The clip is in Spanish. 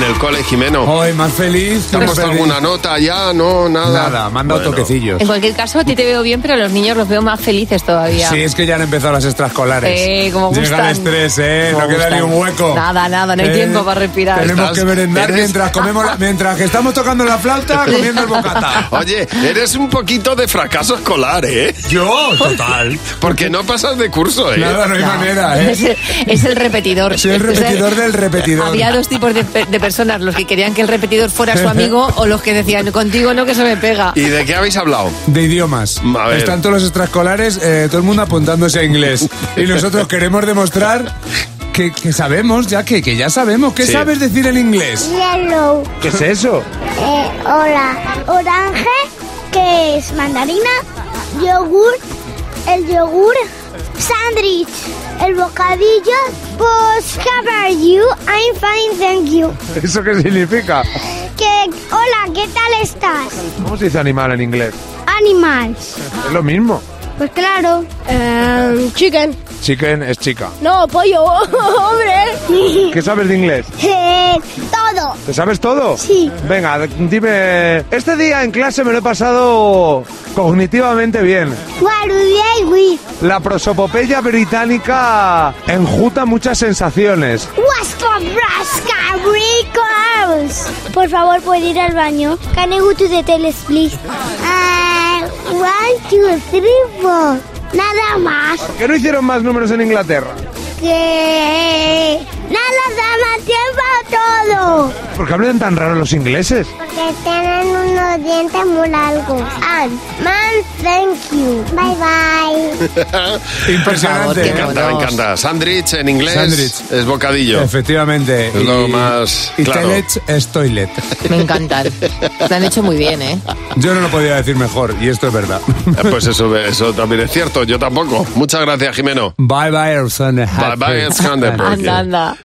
del cole, Jimeno? Hoy más feliz. ¿Te han más puesto feliz. alguna nota ya? No, nada. Nada, me han dado Bueno. toquecillos. En cualquier caso, a ti te veo bien, pero a los niños los veo más felices todavía. Sí, es que ya han empezado las extraescolares. Eh, como Llega gustan. el estrés, ¿eh? Como no queda gustan. ni un hueco. Eh, Nada, nada, no hay tiempo para respirar. Tenemos Estás- que merendar eres- mientras comemos, la- mientras que estamos tocando la flauta, comiendo el bocata. Oye, eres un poquito de fracaso escolar, ¿eh? Yo, total. Porque no pasas de curso, ¿eh? Nada, no hay No, manera, ¿eh? es, el- es el repetidor. Soy el O sea, repetidor del repetidor. Había dos tipos de, pe- de personas, los que querían que el repetidor fuera su amigo o los que decían, contigo no que se me pega. ¿Y de qué habéis hablado? De idiomas. A ver. Están todos los extraescolares, eh, todo el mundo apuntándose a inglés. Y nosotros queremos demostrar que, que sabemos, ya que, que ya sabemos. ¿Qué Sí. sabes decir en inglés? Yellow, ¿Qué es eso? eh, hola. Orange, que es mandarina, yogur, el yogur, sándwich, el bocadillo. Pues, how are you? I'm fine, thank you. ¿Eso qué significa? Que, hola, ¿qué tal estás? ¿Cómo se dice animal en inglés? Animals. Es lo mismo. Pues claro. Em, chicken. Chicken es chica. No, pollo, hombre. ¿Qué sabes de inglés? Eh, todo. ¿Te sabes todo? Sí. Venga, dime. Este día en clase me lo he pasado cognitivamente bien. What do they with? La prosopopeya británica enjuta muchas sensaciones. Huasco, brasca, ricos. Por favor, puede ir al baño. Can I go to the toilet, please? Ah, one, two, three, four. Nada más ¿Qué no hicieron más números en Inglaterra? que... Nada más tiempo a todo. ¿Por qué hablan tan raro los ingleses? Porque tienen unos dientes muy largos. And, man, thank you. Bye, bye. Eh, Impresionante. Me encanta, me encanta. Sandwich en inglés Sándwich. es bocadillo. Efectivamente. Es lo más Y claro. toilet es toilet. Me encantan. Lo han hecho muy bien, ¿eh? Yo no lo podía decir mejor, y esto es verdad. Pues eso, eso también es cierto, yo tampoco. Muchas gracias, Jimeno. Bye bye, Erson. Ah, Bye bye, Skanderberg. Anda, anda.